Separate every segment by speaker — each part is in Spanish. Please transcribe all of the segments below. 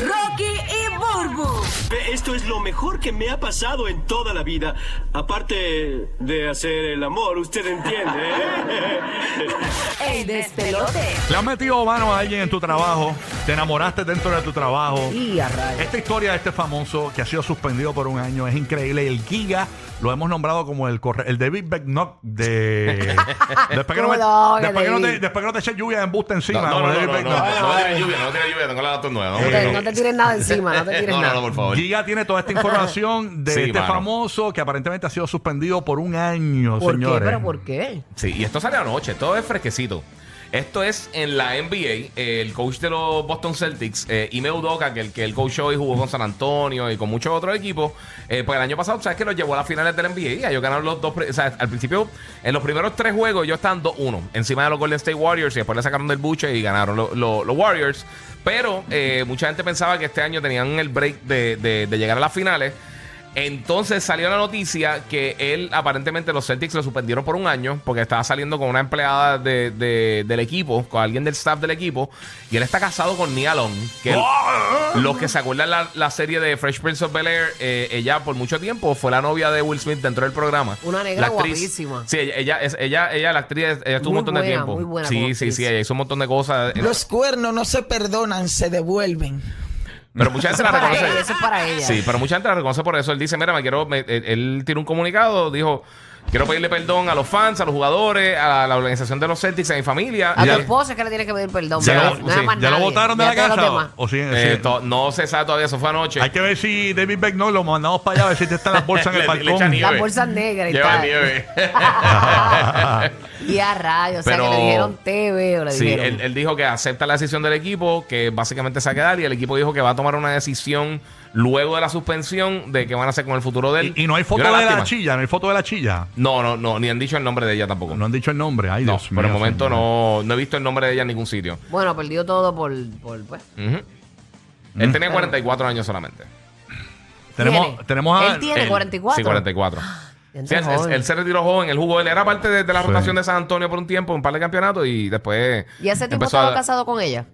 Speaker 1: Rocky y Burbu.
Speaker 2: Esto es lo mejor que me ha pasado en toda la vida. Aparte de hacer el amor, usted entiende, ¿eh?
Speaker 1: El despelote.
Speaker 3: Le has metido mano a alguien en tu trabajo, te enamoraste dentro de tu trabajo.
Speaker 4: Y a rayos.
Speaker 3: Esta historia de este famoso que ha sido suspendido por un año es increíble. El Giga lo hemos nombrado como el corre el David Becknock de. después que no, me-
Speaker 4: ¿Cómo no, que
Speaker 3: después que no te,
Speaker 4: David?
Speaker 3: después que no te eches lluvia de embuste
Speaker 5: No,
Speaker 3: encima.
Speaker 5: no,
Speaker 3: como
Speaker 5: no, no,
Speaker 3: David
Speaker 5: no, no,
Speaker 3: Becknock.
Speaker 5: no, no tiene lluvia, no tiene lluvia, tengo la datos nueva.
Speaker 4: No te, no te tires nada encima, no te tires
Speaker 5: No,
Speaker 4: nada.
Speaker 5: no, no, por favor.
Speaker 3: Giga tiene toda esta información de
Speaker 5: Sí,
Speaker 3: este
Speaker 5: mano.
Speaker 3: famoso que aparentemente ha sido suspendido por un año,
Speaker 4: ¿Por
Speaker 3: señores.
Speaker 4: qué? ¿Pero por qué?
Speaker 5: Sí, y esto sale anoche, todo es fresquecito. Esto es en la NBA, eh, el coach de los Boston Celtics, eh, Ime Udoka, que el que el coach hoy jugó con San Antonio y con muchos otros equipos, eh, pues el año pasado, ¿sabes que Los llevó a las finales del NBA, y ellos ganaron los dos, pri- o sea, al principio, en los primeros tres juegos ellos estaban 2-1, encima de los Golden State Warriors, y después le sacaron del buche y ganaron lo- lo- los Warriors, pero eh, mucha gente pensaba que este año tenían el break de- de- de llegar a las finales, entonces salió la noticia que él, aparentemente, los Celtics lo suspendieron por un año porque estaba saliendo con una empleada de- de- del equipo, con alguien del staff del equipo, y él está casado con Nia Long, que
Speaker 3: ¡Oh!
Speaker 5: los que se acuerdan la, la serie de Fresh Prince of Bel Air, ella por mucho tiempo fue la novia de Will Smith dentro del programa.
Speaker 4: Una negra
Speaker 5: La actriz-
Speaker 4: guapísima.
Speaker 5: Sí, ella, ella, es- ella, ella, la actriz, ella estuvo
Speaker 4: Muy
Speaker 5: un montón de
Speaker 4: buena,
Speaker 5: tiempo.
Speaker 4: muy buena como
Speaker 5: sí, sí,
Speaker 4: actriz.
Speaker 5: sí, ella hizo un montón de cosas. eh,
Speaker 6: Los cuernos no se perdonan, se devuelven.
Speaker 5: Pero muchas veces la
Speaker 4: Para
Speaker 5: reconoce.
Speaker 4: ella, eso es para ella.
Speaker 5: Sí, pero mucha gente la reconoce por eso. Él dice, mira, me quiero... me- él, él tiró un comunicado, dijo... Quiero pedirle perdón a los fans, a los jugadores, a la organización de los Celtics, a mi familia.
Speaker 4: A
Speaker 5: Ya-
Speaker 4: tu esposa es que le tienes que pedir perdón.
Speaker 5: Ya
Speaker 4: pero
Speaker 5: lo-
Speaker 4: no es
Speaker 5: sí,
Speaker 4: más
Speaker 3: ¿Ya lo
Speaker 4: nadie.
Speaker 3: votaron de la
Speaker 4: Fíjate los demás.
Speaker 3: casa? ¿O siguen-
Speaker 5: eh,
Speaker 3: siguen?
Speaker 5: to- no se sabe todavía, eso fue anoche.
Speaker 3: Hay que ver si David Becknock lo mandamos para allá a ver si te están las bolsas en el
Speaker 5: Le- le echa
Speaker 3: balcón.
Speaker 5: nieve.
Speaker 4: Las bolsas negras y
Speaker 5: Lleva
Speaker 4: tal.
Speaker 5: nieve.
Speaker 4: Y a rayos. O sea,
Speaker 5: Pero-
Speaker 4: que le dijeron te veo, le
Speaker 5: Sí,
Speaker 4: dijeron.
Speaker 5: él, él dijo que acepta la decisión del equipo, que básicamente se va a quedar y el equipo dijo que va a tomar una decisión luego de la suspensión de qué van a hacer con el futuro de él.
Speaker 3: Y, y no hay foto
Speaker 5: una
Speaker 3: de la
Speaker 5: lástima.
Speaker 3: chilla, no hay foto de la chilla.
Speaker 5: No, no, no, ni han dicho el nombre de ella tampoco.
Speaker 3: No
Speaker 5: No,
Speaker 3: han dicho el nombre, ay Dios
Speaker 5: por el
Speaker 3: mío,
Speaker 5: momento
Speaker 3: señor.
Speaker 5: no, no he visto el nombre de ella en ningún sitio.
Speaker 4: Bueno, perdió todo por, por pues.
Speaker 5: Ujú.
Speaker 3: Mm.
Speaker 5: Él tenía 44 años solamente.
Speaker 3: Tenemos,
Speaker 4: Tiene.
Speaker 3: tenemos a...
Speaker 4: Él tiene
Speaker 5: Él-
Speaker 4: 44.
Speaker 5: Sí, 44.
Speaker 4: Ya
Speaker 5: Sí,
Speaker 4: entró
Speaker 5: él, él-
Speaker 4: joven.
Speaker 5: él se retiró joven, él jugó, él era parte de, de la
Speaker 3: Sí.
Speaker 5: rotación de San Antonio por un tiempo, un par de campeonatos y después...
Speaker 4: ¿Y hace tiempo
Speaker 5: empezó
Speaker 4: estaba
Speaker 5: a-
Speaker 4: casado con ella?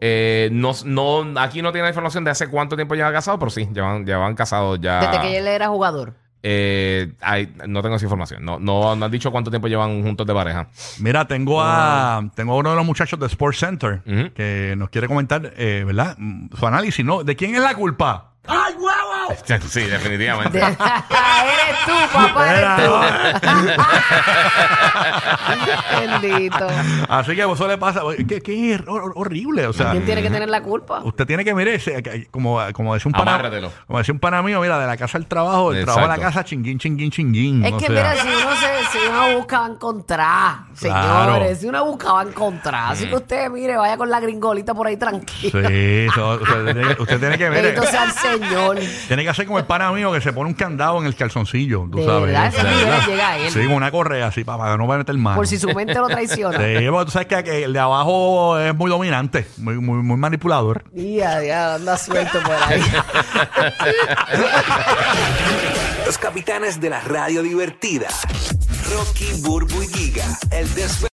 Speaker 5: Eh, no, no, aquí no tiene la información de hace cuánto tiempo lleva casado, pero sí, llevan, llevan casados ya...
Speaker 4: Desde que él era jugador.
Speaker 5: Eh, ay, no tengo esa información, no, no, no han dicho cuánto tiempo llevan juntos de pareja.
Speaker 3: Mira, tengo a, tengo a uno de los muchachos de Sports Center
Speaker 5: Ah. Ujú.
Speaker 3: que nos quiere comentar, eh, ¿verdad? Mm, Su análisis, ¿no? ¿De quién es la culpa?
Speaker 5: sí, definitivamente.
Speaker 4: De- ¡Ah, eres tú, papá, eres tú. Bendito.
Speaker 3: Así que eso le pasa. Qué, qué error horrible. O sea,
Speaker 4: ¿Quién tiene que tener la culpa?
Speaker 3: usted tiene que mire, se- como, como decía un pana,
Speaker 5: Amárratelo.
Speaker 3: como decía un pana mío, mira, de la casa al trabajo, del trabajo a la
Speaker 5: Exacto.
Speaker 3: casa, chinguín, chinguín, chinguín.
Speaker 4: Es
Speaker 3: o
Speaker 4: que
Speaker 3: sea.
Speaker 4: mira, si uno, se, si uno busca va a encontrar,
Speaker 3: Claro.
Speaker 4: señores, si uno busca va a encontrar. Así que usted, mire, vaya con la gringolita por ahí tranquilo.
Speaker 3: Sí, eso- usted, tiene que- usted tiene que mire,
Speaker 4: Bendito sea el Señor.
Speaker 3: tiene que hacer como el pana mío que se pone un candado en el calzoncillo, tú
Speaker 4: De
Speaker 3: sabes.
Speaker 4: verdad,
Speaker 3: eso,
Speaker 4: ese
Speaker 3: de
Speaker 4: nivel llega a él.
Speaker 3: Sí, con una correa así, para que no vaya a meter mano.
Speaker 4: Por si su mente lo traiciona.
Speaker 3: Ah. Sí, porque tú sabes que, que el de abajo es muy dominante, muy, muy, muy manipulador.
Speaker 4: Ya, ya, anda suelto por ahí.
Speaker 7: Los capitanes de la radio divertida. Rocky, Burbu y Giga. El despelote.